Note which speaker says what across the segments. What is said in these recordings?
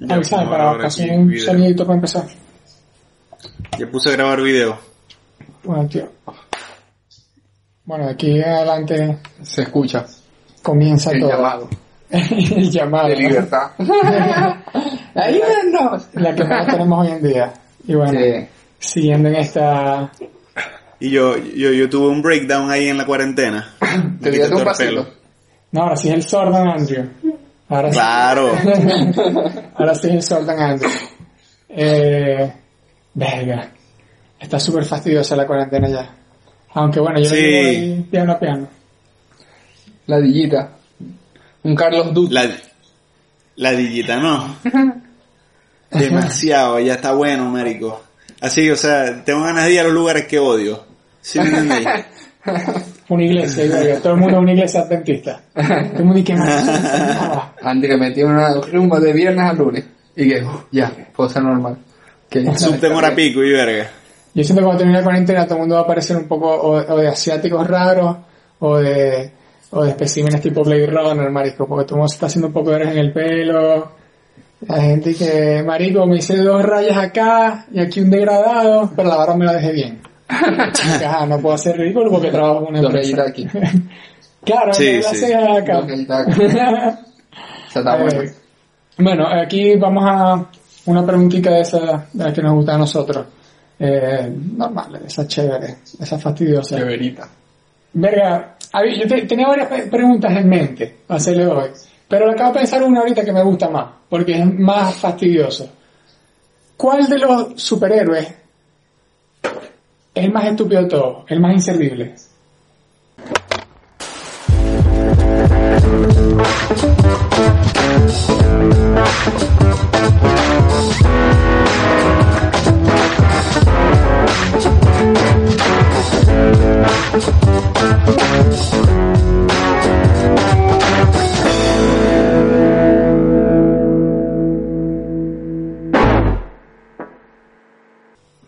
Speaker 1: Ya Avisame para casi un sonidito para empezar.
Speaker 2: Ya puse a grabar video.
Speaker 1: Bueno, tío. Bueno, de aquí adelante
Speaker 3: Se escucha.
Speaker 1: comienza
Speaker 3: El
Speaker 1: todo.
Speaker 3: llamado.
Speaker 1: El llamado.
Speaker 3: De
Speaker 1: ¿no?
Speaker 3: libertad.
Speaker 1: Ayúdennos. La que más tenemos hoy en día. Y bueno,
Speaker 3: Sí.
Speaker 1: siguiendo en esta...
Speaker 2: Y yo, yo, yo tuve un breakdown ahí en la cuarentena.
Speaker 3: Te
Speaker 2: Me
Speaker 3: olvidaste
Speaker 2: quité todo
Speaker 3: un
Speaker 2: el
Speaker 3: pasito.
Speaker 2: pelo.
Speaker 1: No, ahora sí es el Sordan Andrew. Ahora sí.
Speaker 2: Claro.
Speaker 1: Ahora sí el Soldan Andrew. Eh, verga. Está súper fastidiosa la cuarentena ya. Aunque bueno, yo
Speaker 2: Sí.
Speaker 1: le llevo ahí piano a piano.
Speaker 3: La dillita. Un Carlos Dutz.
Speaker 2: La, la digita no. Demasiado, ya está bueno, marico. Así, o sea, tengo ganas de ir a los lugares que odio. ¿Sí me entendéis?
Speaker 1: Una iglesia, y verga. Todo el mundo a una iglesia adventista. Todo el mundo y que más. Nada.
Speaker 3: Antes que metí una rumba de viernes a lunes. Y que, uh, ya, cosa normal. Que ya
Speaker 2: Es un temor a pico y verga.
Speaker 1: Yo siento que cuando termine la cuarentena todo el mundo va a parecer un poco o, o de asiáticos raros o de, o de especímenes tipo Blade Runner, marico, porque todo el mundo se está haciendo un poco de orejas en el pelo. La gente que, marico, me hice dos rayas acá y aquí un degradado, pero la barba me la dejé bien. Porque, Ajá, no puedo hacer ridículo porque trabajo en una
Speaker 3: Dos
Speaker 1: empresa.
Speaker 3: rayitas aquí.
Speaker 1: Claro,
Speaker 2: Sí,
Speaker 1: la
Speaker 2: sí.
Speaker 1: ceja acá.
Speaker 3: Dos rayitas aquí. O sea, está bueno.
Speaker 1: Eh, bueno, aquí vamos a una preguntita de esa de las que nos gusta a nosotros. Eh, normal, esa chévere, esa fastidiosa.
Speaker 3: Chéverita.
Speaker 1: Verga, a ver, yo te- tenía varias pe- preguntas en mente para hacerle hoy, pero le acabo de pensar una ahorita que me gusta más, porque es más fastidioso. ¿Cuál de los superhéroes es el más estúpido de todos, el más inservible?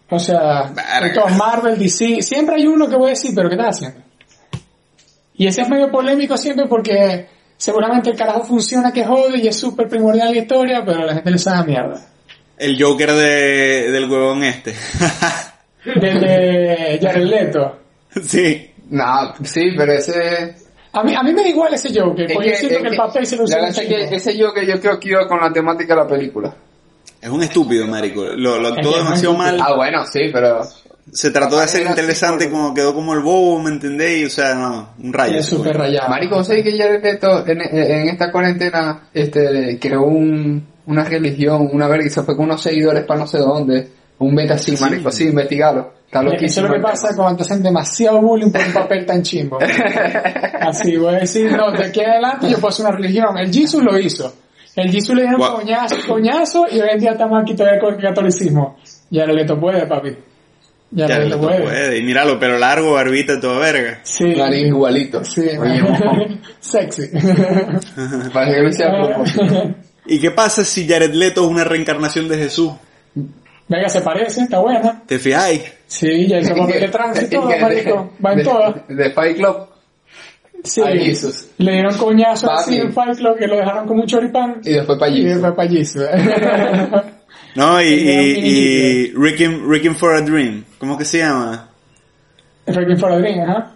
Speaker 1: O sea,
Speaker 2: Verga.
Speaker 1: de todos, Marvel, DC, siempre hay uno que voy a decir, pero ¿qué estás haciendo? Y ese es medio polémico siempre porque seguramente el carajo funciona que jode y es súper primordial en la historia, pero a la gente le sabe a mierda.
Speaker 2: El Joker de, del huevón este.
Speaker 1: Desde Jared Leto.
Speaker 2: sí.
Speaker 3: No, sí, pero ese...
Speaker 1: A mí, a mí me da igual ese Joker,
Speaker 3: es
Speaker 1: porque yo siento que, el papel se lo
Speaker 3: la
Speaker 1: usa
Speaker 3: verdad es que ese yo que yo creo que iba con la temática de la película.
Speaker 2: Es un estúpido, marico. Lo, lo
Speaker 1: Es que
Speaker 2: actuó
Speaker 1: es
Speaker 2: demasiado
Speaker 1: muy
Speaker 2: mal.
Speaker 3: Ah, bueno, sí, pero...
Speaker 2: Se trató de hacer
Speaker 3: Ah, Era así,
Speaker 2: interesante
Speaker 3: por-
Speaker 2: como quedó como el bobo, ¿me entendéis? O sea, no, un rayo.
Speaker 1: es súper
Speaker 2: coño.
Speaker 1: rayado.
Speaker 3: Marico, sé que Jared Leto en, en esta cuarentena este, creó un, una religión, una verga, y se fue con unos seguidores para no sé dónde. Un meta así, marico, sí, investigalo. Está
Speaker 1: Eso es lo que
Speaker 3: loquísimo.
Speaker 1: pasa cuando te hacen demasiado bullying por un papel tan chimbo. Así voy a decir, no, de aquí en adelante yo puedo hacer una religión. El Jesus lo hizo. El Jesus le dieron
Speaker 2: Guau.
Speaker 1: coñazo, coñazo, y hoy en día estamos aquí todavía con el catolicismo. Ya lo leto puede, papi. Ya,
Speaker 2: Ya
Speaker 1: lo
Speaker 2: lo
Speaker 1: leto puede.
Speaker 2: puede. Y míralo, pero largo, barbita, toda verga.
Speaker 1: Sí,
Speaker 3: Nariz igualito.
Speaker 1: sí.
Speaker 3: Oye, mojón.
Speaker 1: Sexy.
Speaker 3: Parece que lo hice a
Speaker 1: Ah,
Speaker 3: propósito.
Speaker 2: ¿Y qué pasa si Jared Leto es una reencarnación de Jesús?
Speaker 1: Venga, se parece, está buena.
Speaker 2: ¿Te fijáis?
Speaker 1: Sí, ya hizo papel de trans y todo,
Speaker 3: De-
Speaker 1: marico. Va en
Speaker 3: de-
Speaker 1: todas.
Speaker 3: De Fight Club.
Speaker 1: Sí.
Speaker 3: Ay, Jesus.
Speaker 1: Le dieron coñazo
Speaker 3: Papi.
Speaker 1: así en Fight Club que lo dejaron como un choripán.
Speaker 3: Y después para
Speaker 1: Y
Speaker 3: allí.
Speaker 1: fue pa' Jesus.
Speaker 2: No, y,
Speaker 1: Tenía un
Speaker 2: y, y
Speaker 1: mini
Speaker 2: Requiem, Requiem for a Dream. ¿Cómo que se llama?
Speaker 1: Requiem for a Dream, ajá.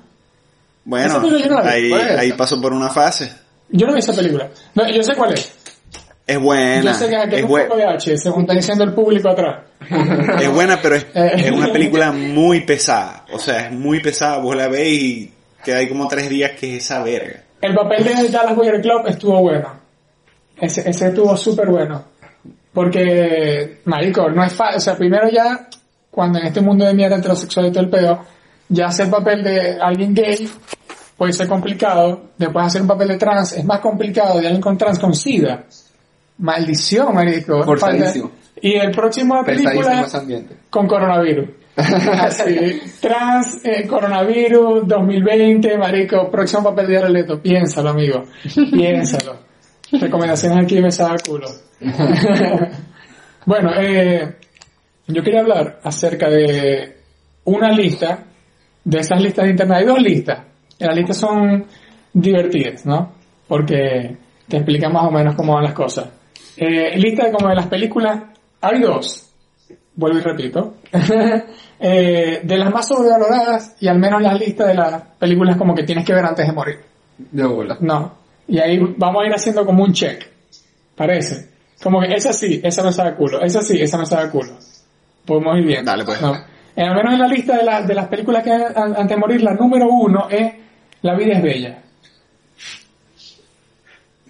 Speaker 2: Bueno,
Speaker 1: Esa película yo no la vi,
Speaker 2: ahí,
Speaker 3: ¿cuál es
Speaker 2: ahí
Speaker 3: esa?
Speaker 2: pasó por una fase.
Speaker 1: Yo no vi esa película. No, yo sé cuál es.
Speaker 2: Es buena.
Speaker 1: yo sé que aquí
Speaker 2: es,
Speaker 1: es un
Speaker 2: bue-
Speaker 1: poco de H, según está diciendo el público atrás.
Speaker 2: es buena, pero es,
Speaker 1: Eh.
Speaker 2: es una película muy pesada. O sea, es muy pesada. Vos la veis y queda ahí como tres días que es esa verga.
Speaker 1: El papel de Dallas Boyer Club estuvo bueno. Ese, ese estuvo súper bueno. Porque, marico, no es fácil. O sea, primero ya, cuando en este mundo de mierda heterosexual y todo el pedo, ya hacer papel de alguien gay puede ser complicado. Después hacer un papel de trans es más complicado de alguien con trans con SIDA. Maldición, marico.
Speaker 3: Forzadísimo.
Speaker 1: Y el próximo
Speaker 3: Pesadísimo
Speaker 1: película
Speaker 3: ese ambiente.
Speaker 1: con coronavirus. Así, trans, eh, coronavirus, 2020, marico, próximo papel de Leto. Piénsalo, amigo. Piénsalo. Recomendaciones aquí me saca culo. bueno, eh, yo quería hablar acerca de una lista, de esas listas de internet. Hay dos listas. Las listas son divertidas, ¿no? Porque te explican más o menos cómo van las cosas. Eh, lista de como de las películas, hay dos. Vuelvo y repito. Eh, de las más sobrevaloradas y al menos las listas de las películas como que tienes que ver antes de morir.
Speaker 3: De bola.
Speaker 1: No. Y ahí vamos a ir haciendo como un check. Parece. Como que esa sí, esa me sabe a culo. Esa sí, esa me sabe a culo. Podemos ir bien.
Speaker 2: Dale, pues.
Speaker 1: Al menos en la lista de, la- de las películas que an- antes de morir, la número uno es La vida es bella.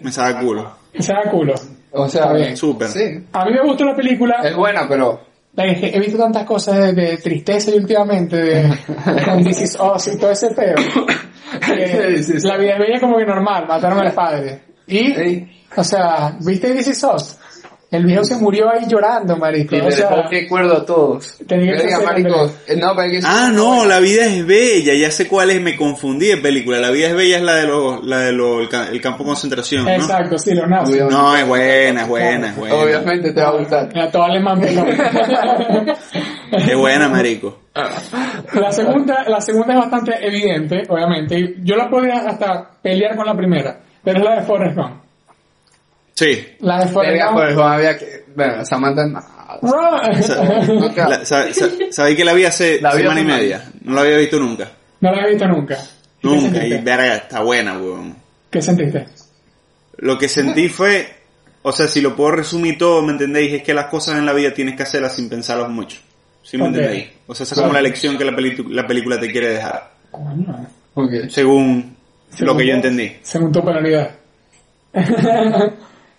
Speaker 2: Me sabe a culo.
Speaker 1: Me sabe a culo.
Speaker 3: O sea, eh,
Speaker 1: Está bien.
Speaker 2: Súper.
Speaker 3: sí.
Speaker 1: A mí me gustó la película.
Speaker 3: Es buena, pero
Speaker 1: Like, es que he visto tantas cosas de, de tristeza y últimamente de con This Is Us y todo ese peo. que
Speaker 3: Sí, sí, sí.
Speaker 1: La vida es bella como que normal, mataron al padre. Y,
Speaker 3: Ey.
Speaker 1: o sea, ¿viste This Is Us? El viejo se murió ahí llorando, marico.
Speaker 3: y
Speaker 1: o
Speaker 3: le
Speaker 1: sea,
Speaker 3: pongo que acuerdo a todos.
Speaker 1: Tenía que
Speaker 3: Verga,
Speaker 1: ser
Speaker 3: marico. eh, No, pero es que-
Speaker 2: Ah, no, La vida es bella. Ya sé cuál es, me confundí de película. La vida es bella es la de los, la de los, el, ca- el campo de concentración, ¿no?
Speaker 1: exacto, sí, los nazis.
Speaker 3: Obvio.
Speaker 2: No, es buena, es buena, es buena.
Speaker 3: Obviamente te va a gustar.
Speaker 1: A todo alemán, pelón.
Speaker 2: Es buena, marico.
Speaker 1: La segunda, la segunda es bastante evidente, obviamente. y Yo la podría hasta pelear con la primera, pero es la de Forrest Gump.
Speaker 2: Sí.
Speaker 1: La de Forrest
Speaker 3: Verga,
Speaker 1: Gump.
Speaker 3: pero Juan había pues, que. Bueno, Samantha. no.
Speaker 1: Run.
Speaker 3: No te-
Speaker 2: La- sabe- sa- Sabéis que la vi hace
Speaker 3: La vi
Speaker 2: semana y
Speaker 3: hace
Speaker 2: media. No la había visto nunca.
Speaker 1: No la he visto nunca. ¿Qué
Speaker 2: Nunca. Y
Speaker 1: sentiste?
Speaker 2: verga, está buena, weón.
Speaker 1: ¿Qué sentiste?
Speaker 2: Lo que sentí fue, o sea, si lo puedo resumir todo, ¿me entendéis? Es que las cosas en la vida tienes que hacerlas sin pensarlas mucho. ¿Sí me
Speaker 1: Ok.
Speaker 2: entendéis? O sea, esa es como la lección que la, pelitu- la película te quiere dejar.
Speaker 1: Coño.
Speaker 3: Ok.
Speaker 2: Según lo
Speaker 1: Según-
Speaker 2: que yo entendí.
Speaker 1: Según tu penalidad.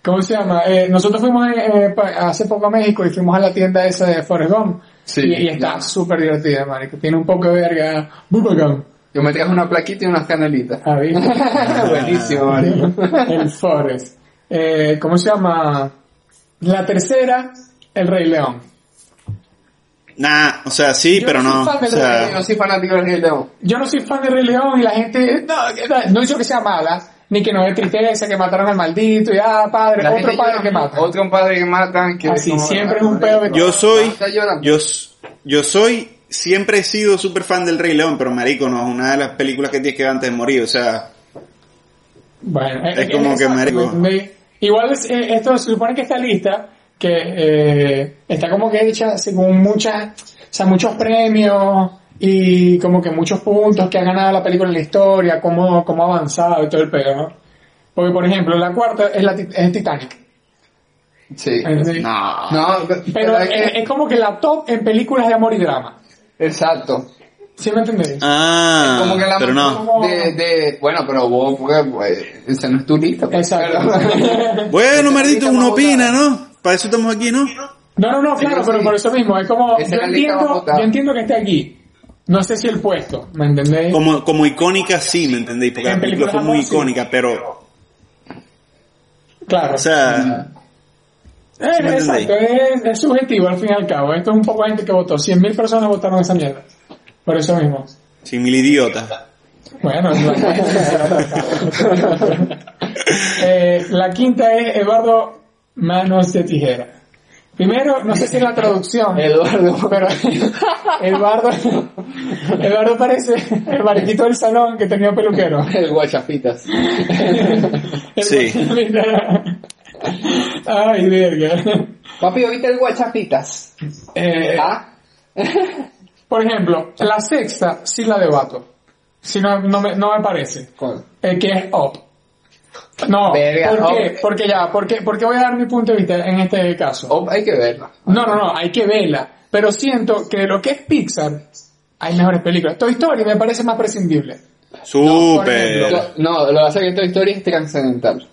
Speaker 1: ¿Cómo se llama? Eh, nosotros fuimos eh, pa- hace poco a México y fuimos a la tienda esa de Forrest Gump.
Speaker 3: Sí,
Speaker 1: y, y está
Speaker 3: ya.
Speaker 1: súper divertida, marico. Tiene un poco de verga. Bubagum.
Speaker 3: Yo me traje una plaquita y unas canelitas.
Speaker 1: Ah, ¿viste?
Speaker 3: Buenísimo, marico.
Speaker 1: El Forrest. Eh, ¿Cómo se llama? La tercera, El Rey León.
Speaker 2: Nah, o sea, sí,
Speaker 1: Yo
Speaker 2: pero
Speaker 1: no soy fan
Speaker 2: no. O
Speaker 1: del
Speaker 3: Yo
Speaker 2: sea,
Speaker 3: no soy fanático del Rey León.
Speaker 1: Yo no soy fan de Rey León y la gente, no, que- no, no dicho que sea mala, ni que no dé tristeza, que mataron al maldito y ah, padre,
Speaker 3: La
Speaker 1: otro
Speaker 3: gente
Speaker 1: padre
Speaker 3: llora,
Speaker 1: que mata.
Speaker 3: Otro padre que matan. Que
Speaker 1: Así,
Speaker 3: como-
Speaker 1: siempre es un pedo que-
Speaker 2: yo soy,
Speaker 3: Está llorando.
Speaker 2: yo, s- yo soy, siempre he sido súper fan del Rey León, pero marico, no es una de las películas que tienes que ver antes de morir. O sea,
Speaker 1: Bueno,
Speaker 2: Es como que
Speaker 1: exacto,
Speaker 2: marico.
Speaker 1: ¿me entendéis? Igual es, eh, esto se supone que esta lista, que eh, está como que hecha según muchas, o sea, muchos premios y como que muchos puntos que ha ganado la película en la historia, cómo, cómo ha avanzado y todo el pedo, ¿no? Porque, por ejemplo, la cuarta es, la, tit- es Titanic.
Speaker 3: Sí.
Speaker 1: ¿entendéis?
Speaker 2: no.
Speaker 3: No, pero,
Speaker 1: Pero eh,
Speaker 3: es
Speaker 1: es,
Speaker 3: que-
Speaker 1: es como que la top en películas de amor y drama.
Speaker 3: Exacto.
Speaker 1: ¿Sí me entendéis?
Speaker 2: Ah,
Speaker 3: Como que la
Speaker 2: pero no.
Speaker 3: de, de, bueno, pero vos, porque, pues, ese no es tu lista. pues.
Speaker 1: Exacto. Este
Speaker 2: Bueno, maldito,
Speaker 3: lista
Speaker 2: uno
Speaker 3: más
Speaker 2: opina, ¿no? Para eso estamos aquí, ¿no?
Speaker 1: No, no, no, claro,
Speaker 3: Sí,
Speaker 1: pero
Speaker 3: sí.
Speaker 1: por eso mismo, es como,
Speaker 3: Esa
Speaker 1: yo
Speaker 3: es la lista más
Speaker 1: entiendo,
Speaker 3: votada.
Speaker 1: yo entiendo que esté aquí, no sé si el puesto, ¿me entendéis?
Speaker 2: Como, como icónica sí, ¿me entendéis? Porque
Speaker 1: En
Speaker 2: la película
Speaker 1: películas
Speaker 2: fue muy
Speaker 1: amor, Este sí.
Speaker 2: icónica, pero,
Speaker 1: Claro,
Speaker 2: o sea,
Speaker 1: Eh,
Speaker 2: ¿me entendéis?
Speaker 1: exacto, es, es subjetivo al fin y al cabo, esto es un poco de gente que votó, 100.000 personas votaron esa mierda, por eso mismo.
Speaker 2: sin mil idiotas.
Speaker 1: Bueno, no. Eh, la quinta es Eduardo Manos de Tijera. Primero, no sé si es la traducción.
Speaker 3: Eduardo.
Speaker 1: pero Eduardo, Eduardo parece el mariquito del salón que tenía peluquero.
Speaker 3: El guachapitas.
Speaker 1: El
Speaker 2: Sí.
Speaker 1: Ay, verga.
Speaker 3: Papi, ¿oíste el guachapitas?
Speaker 1: Eh,
Speaker 3: ¿Ah?
Speaker 1: por ejemplo, la sexta sí la debato. Si no, no, me, no me parece.
Speaker 3: Con-
Speaker 1: El que es up. No,
Speaker 3: Verga,
Speaker 1: ¿por qué?
Speaker 3: up.
Speaker 1: Porque ya, porque, porque voy a dar mi punto de vista en este caso.
Speaker 3: Oh, hay que verla.
Speaker 1: No, no, no, hay que verla. Pero siento que de lo que es Pixar, hay mejores películas. Toy Story me parece más prescindible.
Speaker 3: Eh.
Speaker 2: Súper.
Speaker 1: ejemplo,
Speaker 3: No, lo que hace que Toy Story es trascendental.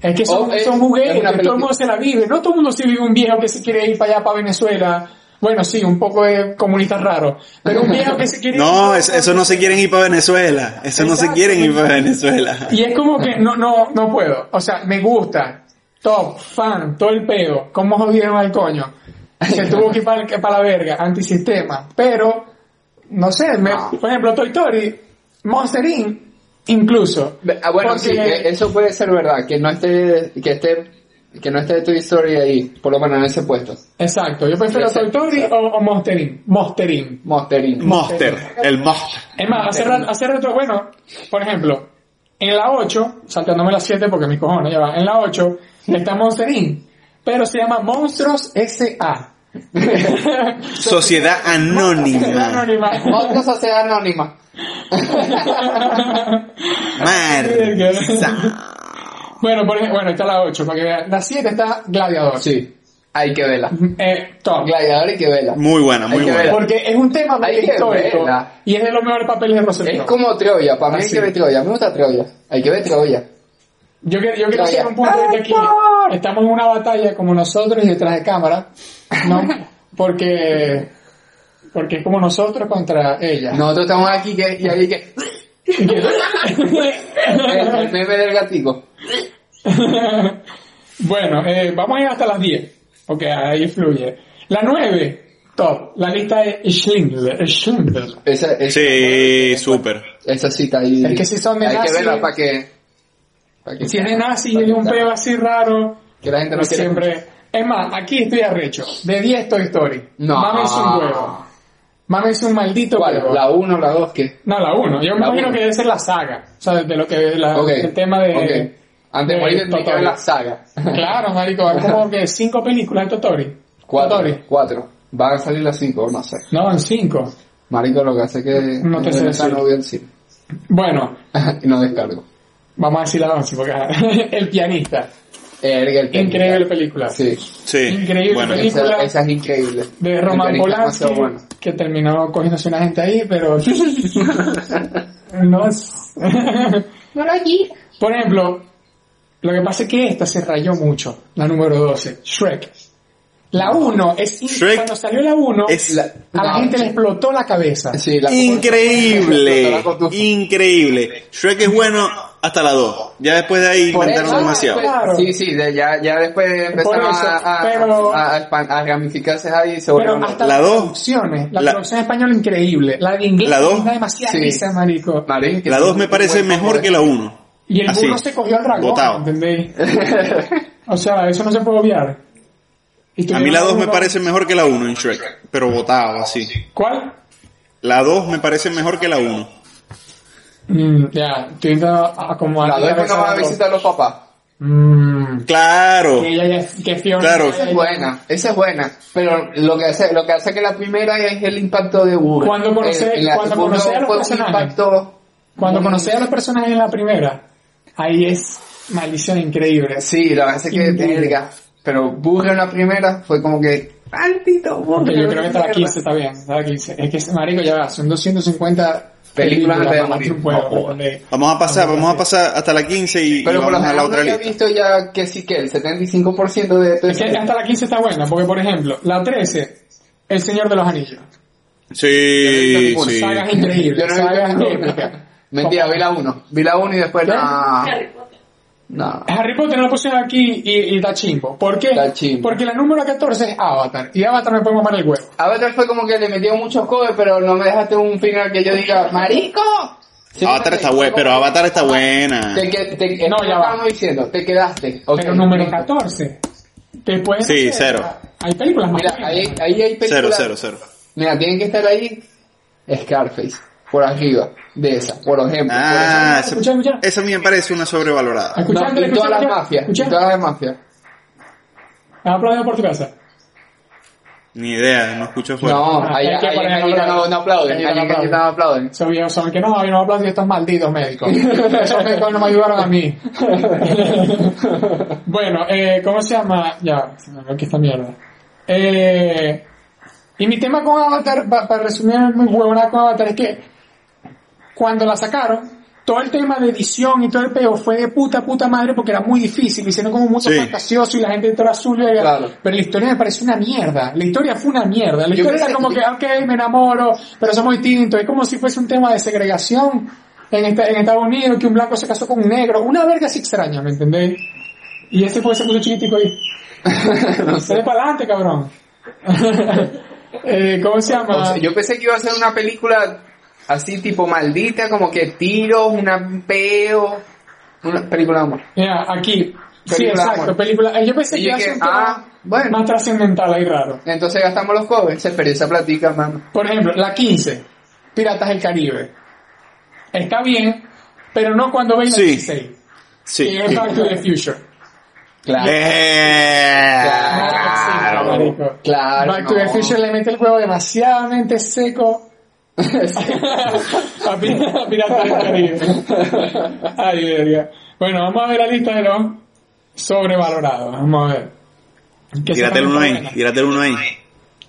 Speaker 1: Es que son,
Speaker 3: Oh, eh,
Speaker 1: son
Speaker 3: es
Speaker 1: juguetes, que
Speaker 3: una
Speaker 1: todo el
Speaker 3: película.
Speaker 1: mundo se la vive. No todo el mundo se vive un viejo que se quiere ir para allá, para Venezuela, Bueno, sí, un poco de comunista raro. Pero un viejo que se quiere
Speaker 2: No, es- eso no se quieren ir para Venezuela. Eso no se
Speaker 1: Exacto.
Speaker 2: quieren ir para Venezuela.
Speaker 1: Y es como que no, no, no puedo. O sea, me gusta. Top, fan, todo el peo. ¿Cómo jodieron al coño? Se tuvo que ir para, la verga, antisistema. Pero, no sé, me-
Speaker 3: Ah.
Speaker 1: por ejemplo, Toy Story, Monster Inc., incluso.
Speaker 3: Ah, bueno,
Speaker 1: Porque-
Speaker 3: sí, eh, eso puede ser verdad, que no esté, que esté, que no esté Toy Story ahí, por lo menos en ese puesto.
Speaker 1: Exacto, yo prefiero Toy Story o, o Monster Inc. Monster Inc.
Speaker 3: Monster Inc.
Speaker 2: Monster, el Monster.
Speaker 1: Es más, hace rato, hace rato, bueno, por ejemplo, en la 8, saltándome la 7 porque mis cojones, ya va, en la 8 está Monster Inc., pero se llama Monstruos S.A.
Speaker 2: Sociedad Anónima.
Speaker 1: Anónima.
Speaker 3: Otra sociedad anónima.
Speaker 2: Marza.
Speaker 1: bueno, por ejemplo, bueno, está la 8, para que vean. La 7 está Gladiador.
Speaker 3: Sí, hay que verla.
Speaker 1: Eh, top.
Speaker 3: Gladiador hay que verla.
Speaker 2: Muy buena, muy
Speaker 3: Hay que
Speaker 2: buena.
Speaker 3: verla.
Speaker 1: Porque es un tema
Speaker 3: Hay que
Speaker 1: histórico.
Speaker 3: verla.
Speaker 1: Y es de los mejores papeles de Rosenthal.
Speaker 3: Es como Troya, para mí hay
Speaker 1: Así.
Speaker 3: que ver Troya, me gusta Troya, hay que ver Troya.
Speaker 1: Yo, que- yo quiero
Speaker 3: Vaya.
Speaker 1: hacer un punto de vista aquí. Estamos en una batalla como nosotros y detrás de cámara, ¿no? Porque, porque es como nosotros contra ella.
Speaker 3: Nosotros estamos aquí que, y ahí que, el, el meme del gatico.
Speaker 1: bueno, eh, vamos a ir hasta las 10. Ok, ahí fluye. La 9, top. La lista es Schindler. Schindler.
Speaker 3: Esa, esa,
Speaker 2: Sí, súper.
Speaker 3: esa cita ahí.
Speaker 1: Es que si son de
Speaker 3: Hay
Speaker 1: nazi-
Speaker 3: que verla para que, pa' que,
Speaker 1: Si es de nazi y es un peo así raro,
Speaker 3: que la gente no quiere
Speaker 1: siempre... Es más, aquí estoy arrecho. De 10 Toy Story.
Speaker 3: No.
Speaker 1: Mames un huevo. Mames un maldito huevo.
Speaker 3: ¿Cuál? ¿La 1 la 2 qué?
Speaker 1: No, la 1. Yo me
Speaker 3: La
Speaker 1: imagino
Speaker 3: uno.
Speaker 1: que debe ser la saga. O sea, de lo que la,
Speaker 3: Ok,
Speaker 1: Ah, el tema de.
Speaker 3: ok. Antes de
Speaker 1: de
Speaker 3: morir tenía que
Speaker 1: Totori.
Speaker 3: ver la saga.
Speaker 1: Claro, marico, hay como que cinco películas de Totori.
Speaker 3: Cuatro.
Speaker 1: Totori.
Speaker 3: Cuatro. Van a salir las cinco, no sé.
Speaker 1: No, en cinco.
Speaker 3: Marico, lo que hace que...
Speaker 1: No te sé decir.
Speaker 3: Yo No voy al cine.
Speaker 1: Bueno,
Speaker 3: y no descargo.
Speaker 1: vamos a decir la 11 porque el pianista.
Speaker 3: Erga, el técnico.
Speaker 1: Increíble película.
Speaker 3: Sí.
Speaker 2: Sí.
Speaker 1: Increíble
Speaker 2: bueno.
Speaker 1: película.
Speaker 3: Esa, esa es increíble.
Speaker 1: De
Speaker 3: El
Speaker 1: Roman
Speaker 3: pianista es
Speaker 1: Polanski,
Speaker 3: demasiado bueno.
Speaker 1: que terminó cogiéndose una gente ahí, pero... no es...
Speaker 4: No lo oí.
Speaker 1: Por ejemplo, lo que pasa es que esta se rayó mucho, la número 12, Shrek. La 1 es... in-
Speaker 2: Shrek
Speaker 1: cuando salió la 1,
Speaker 2: Es
Speaker 3: La-
Speaker 1: a la
Speaker 3: no,
Speaker 1: gente le explotó la cabeza.
Speaker 3: Sí, la
Speaker 2: increíble.
Speaker 3: La conducta.
Speaker 2: Increíble. Shrek es bueno hasta la 2. Ya después de ahí
Speaker 3: Por
Speaker 2: inventaron
Speaker 3: eso,
Speaker 2: demasiado.
Speaker 3: después-
Speaker 1: Claro.
Speaker 3: Sí, sí, de- ya, ya después empezaron
Speaker 1: eso,
Speaker 3: a, a,
Speaker 1: pero-
Speaker 3: a, a expan- a ramificarse ahí y se
Speaker 1: Pero
Speaker 3: volvieron
Speaker 1: hasta
Speaker 2: La
Speaker 1: las
Speaker 2: dos.
Speaker 1: traducciones, la,
Speaker 2: La-
Speaker 1: traducción española increíble, la de inglés
Speaker 2: La dos.
Speaker 1: da demasiada
Speaker 3: Sí. Ah,
Speaker 1: risa, marico.
Speaker 3: Marico, que
Speaker 2: La
Speaker 3: sí,
Speaker 2: 2 me
Speaker 3: muy
Speaker 2: parece
Speaker 3: bueno,
Speaker 2: mejor
Speaker 3: joder.
Speaker 2: que la 1.
Speaker 1: Y el
Speaker 2: Así.
Speaker 1: burro se cogió al dragón,
Speaker 2: Botado.
Speaker 1: ¿entendéis? O sea, eso no se puede obviar. Y
Speaker 2: A mí la
Speaker 1: tuvieron
Speaker 2: 2 me
Speaker 1: uno-
Speaker 2: parece mejor que la 1 en Shrek, pero botado así.
Speaker 1: ¿Cuál?
Speaker 2: La 2 me parece mejor que la 1.
Speaker 1: Mm, ya, estoy intentando a- acomodar
Speaker 3: La 2 es cuando
Speaker 1: cabeza
Speaker 3: va a
Speaker 1: de la
Speaker 3: visitar a los papás.
Speaker 1: dos. Mm,
Speaker 2: Claro.
Speaker 1: que ella ya- que Fiona-
Speaker 2: Oh. Claro.
Speaker 1: ella
Speaker 3: Esa es
Speaker 1: ya-
Speaker 3: buena, esa es buena, pero lo que hace, lo que hace que la primera es el impacto de Google.
Speaker 1: Cuando conoce- cuando conoce a los personajes.
Speaker 3: impacto,
Speaker 1: Cuando conocí a los personajes en la primera, ahí es maldición increíble.
Speaker 3: Sí, la verdad es que
Speaker 1: Increíble.
Speaker 3: verga, pero Burger en la primera fue como que maldito
Speaker 1: Ok,
Speaker 3: Burger.
Speaker 1: yo creo que hasta la 15 está bien, hasta la 15. Es que ese marico ya va, son 250
Speaker 3: Películas antes de
Speaker 1: mamá,
Speaker 3: morir. Oh,
Speaker 1: tú puedes,
Speaker 3: No jodas.
Speaker 1: ¿entendés?
Speaker 2: Vamos a pasar, vamos a pasar hasta la 15 y, y
Speaker 3: Pero por lo
Speaker 2: vamos a la
Speaker 3: menos
Speaker 2: otra
Speaker 3: he
Speaker 2: lista.
Speaker 3: visto ya que sí que el 75% de esto
Speaker 1: Es que hasta la 15 está buena, porque por ejemplo, la 13, El Señor de los Anillos.
Speaker 2: Sí, sí.
Speaker 1: Sagas increíbles,
Speaker 3: Yo no he
Speaker 1: sagas
Speaker 3: visto
Speaker 1: épicas.
Speaker 3: ninguna. Mentira, vi la 1. Vi la 1 y después
Speaker 1: ¿Ves?
Speaker 3: no. No.
Speaker 1: Harry Potter no lo pusieron aquí y, y da chimbo. ¿Por qué?
Speaker 3: Da chimbo.
Speaker 1: Porque la número 14 es Avatar, y Avatar me puede mamar el huevo.
Speaker 3: Avatar fue como que le metió muchos covers, pero no me dejaste un final que yo diga, ¡Marico!
Speaker 2: Avatar está buena, pero Avatar está buena.
Speaker 3: Te, que- te, es
Speaker 1: No,
Speaker 3: como
Speaker 1: ya va.
Speaker 3: estábamos diciendo, te quedaste. Ok.
Speaker 1: Pero número 14. Te pueden
Speaker 2: Sí,
Speaker 1: hacer-
Speaker 2: cero.
Speaker 1: Hay películas más.
Speaker 3: Mira,
Speaker 1: buenas.
Speaker 3: ahí, ahí hay
Speaker 2: Cero,
Speaker 3: películas.
Speaker 2: cero, cero.
Speaker 3: Mira, tienen que estar ahí Scarface, por arriba, de esa, por ejemplo.
Speaker 2: Ah,
Speaker 1: eso- Escucha, escucha.
Speaker 2: esa, esa a mí me parece una sobrevalorada.
Speaker 3: por ejemplo. No,
Speaker 1: Escuchando,
Speaker 3: y todas las mafias, y
Speaker 1: Escuchando.
Speaker 3: todas las mafias.
Speaker 1: ¿Has aplaudido por tu casa?
Speaker 2: Ni idea, no escucho fuera.
Speaker 3: No,
Speaker 1: Ah,
Speaker 3: ahí
Speaker 1: hay que
Speaker 3: ahí en
Speaker 1: poner
Speaker 3: Cañita no,
Speaker 1: aplausos.
Speaker 3: no aplauden, ahí
Speaker 1: Cañita no
Speaker 3: en Cañita
Speaker 1: aplauden.
Speaker 3: no aplauden.
Speaker 1: Esos viejos son que no, a mí no me aplauden estos malditos médicos. Esos médicos no me ayudaron a mí. bueno, eh, ¿cómo se llama? Ya, se me olvidó aquí esta mierda. Eh, y mi tema con Avatar, pa- para resumir muy huevona con Avatar, es que cuando la sacaron, todo el tema de edición y todo el peo fue de puta puta madre porque era muy difícil, lo hicieron como mucho
Speaker 2: Sí.
Speaker 1: fantasioso y la gente de todo azul y era-
Speaker 3: Claro.
Speaker 1: pero la historia me pareció una mierda, la historia fue una mierda, la
Speaker 3: Yo
Speaker 1: historia
Speaker 3: pensé-
Speaker 1: era como que ok me enamoro, pero somos distintos, es como si fuese un tema de segregación en, esta- en Estados Unidos, que un blanco se casó con un negro, una verga así extraña, ¿me entendéis? Y ese fue ese puto chiquitico ahí. Sale para adelante, cabrón. eh, ¿Cómo se llama?
Speaker 3: O sea, yo pensé que iba a ser una película así tipo maldita, como que tiros, un peo, una película de amor.
Speaker 1: Mira, aquí. sí,
Speaker 3: Película de
Speaker 1: exacto,
Speaker 3: amor.
Speaker 1: película. eh, Yo pensé
Speaker 3: Y
Speaker 1: que
Speaker 3: yo
Speaker 1: iba a
Speaker 3: que,
Speaker 1: ser un
Speaker 3: ah,
Speaker 1: tema
Speaker 3: bueno.
Speaker 1: más trascendental ahí raro.
Speaker 3: Entonces gastamos los covers, se perdió esa platica, mano.
Speaker 1: Por ejemplo, la 15, Piratas del Caribe. Está bien, pero no cuando veis
Speaker 2: Sí.
Speaker 1: la 16.
Speaker 2: Sí.
Speaker 1: Y es Back to the Future.
Speaker 3: Claro.
Speaker 2: Eh,
Speaker 1: Sí,
Speaker 3: Claro,
Speaker 1: marico.
Speaker 3: claro.
Speaker 1: Back to the
Speaker 3: no.
Speaker 1: Future le mete el huevo demasiadamente seco a Pi- a Piratas del Caribe. Ay, verga. Bueno, vamos a ver la lista de los sobrevalorados. Vamos a ver. Que
Speaker 2: Tírate el
Speaker 1: seguramente
Speaker 2: uno ahí,
Speaker 1: buena.
Speaker 2: tírate el uno ahí.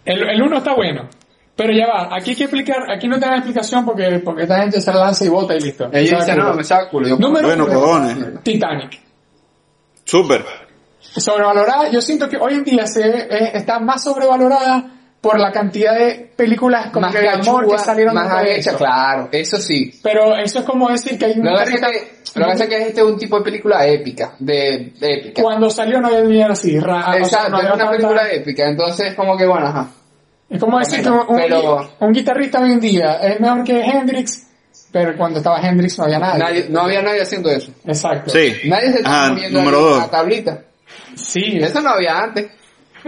Speaker 1: El, el uno está bueno. Pero ya va, aquí hay que explicar, aquí no te dan explicación porque, porque esta gente se la lanza y bota y listo.
Speaker 3: Ella
Speaker 1: Saca
Speaker 3: dice,
Speaker 1: culo.
Speaker 3: no, me saca culo. Yo,
Speaker 1: Número
Speaker 2: Bueno,
Speaker 1: uno,
Speaker 2: cojones.
Speaker 1: Titanic.
Speaker 2: Súper.
Speaker 1: Sobrevalorada, yo siento que hoy en día se ve- eh, está más sobrevalorada por la cantidad de películas como
Speaker 3: más
Speaker 1: que de amor que
Speaker 3: cachúa,
Speaker 1: salieron
Speaker 3: más
Speaker 1: después de
Speaker 3: arrecha,
Speaker 1: eso.
Speaker 3: claro. Eso sí.
Speaker 1: Pero eso es como decir que hay un
Speaker 3: Lo que pasa es que- lo que pasa es que este es un tipo de película épica, de, de épica.
Speaker 1: cuando salió no había dinero así, ra- o sea,
Speaker 3: Exacto,
Speaker 1: no había
Speaker 3: es una
Speaker 1: tanta-
Speaker 3: película épica, entonces como que bueno, ajá.
Speaker 1: Es como decir que un, un-
Speaker 3: Pero-
Speaker 1: un guitarrista hoy en día es mejor que Hendrix, pero cuando estaba Hendrix no había nadie.
Speaker 3: Nadie- no había nadie haciendo eso.
Speaker 1: Exacto.
Speaker 2: Sí.
Speaker 3: Nadie se estaba
Speaker 2: Ah,
Speaker 3: poniendo
Speaker 2: número
Speaker 3: ahí
Speaker 2: dos.
Speaker 3: a tablita.
Speaker 1: Sí,
Speaker 3: Eso no había antes.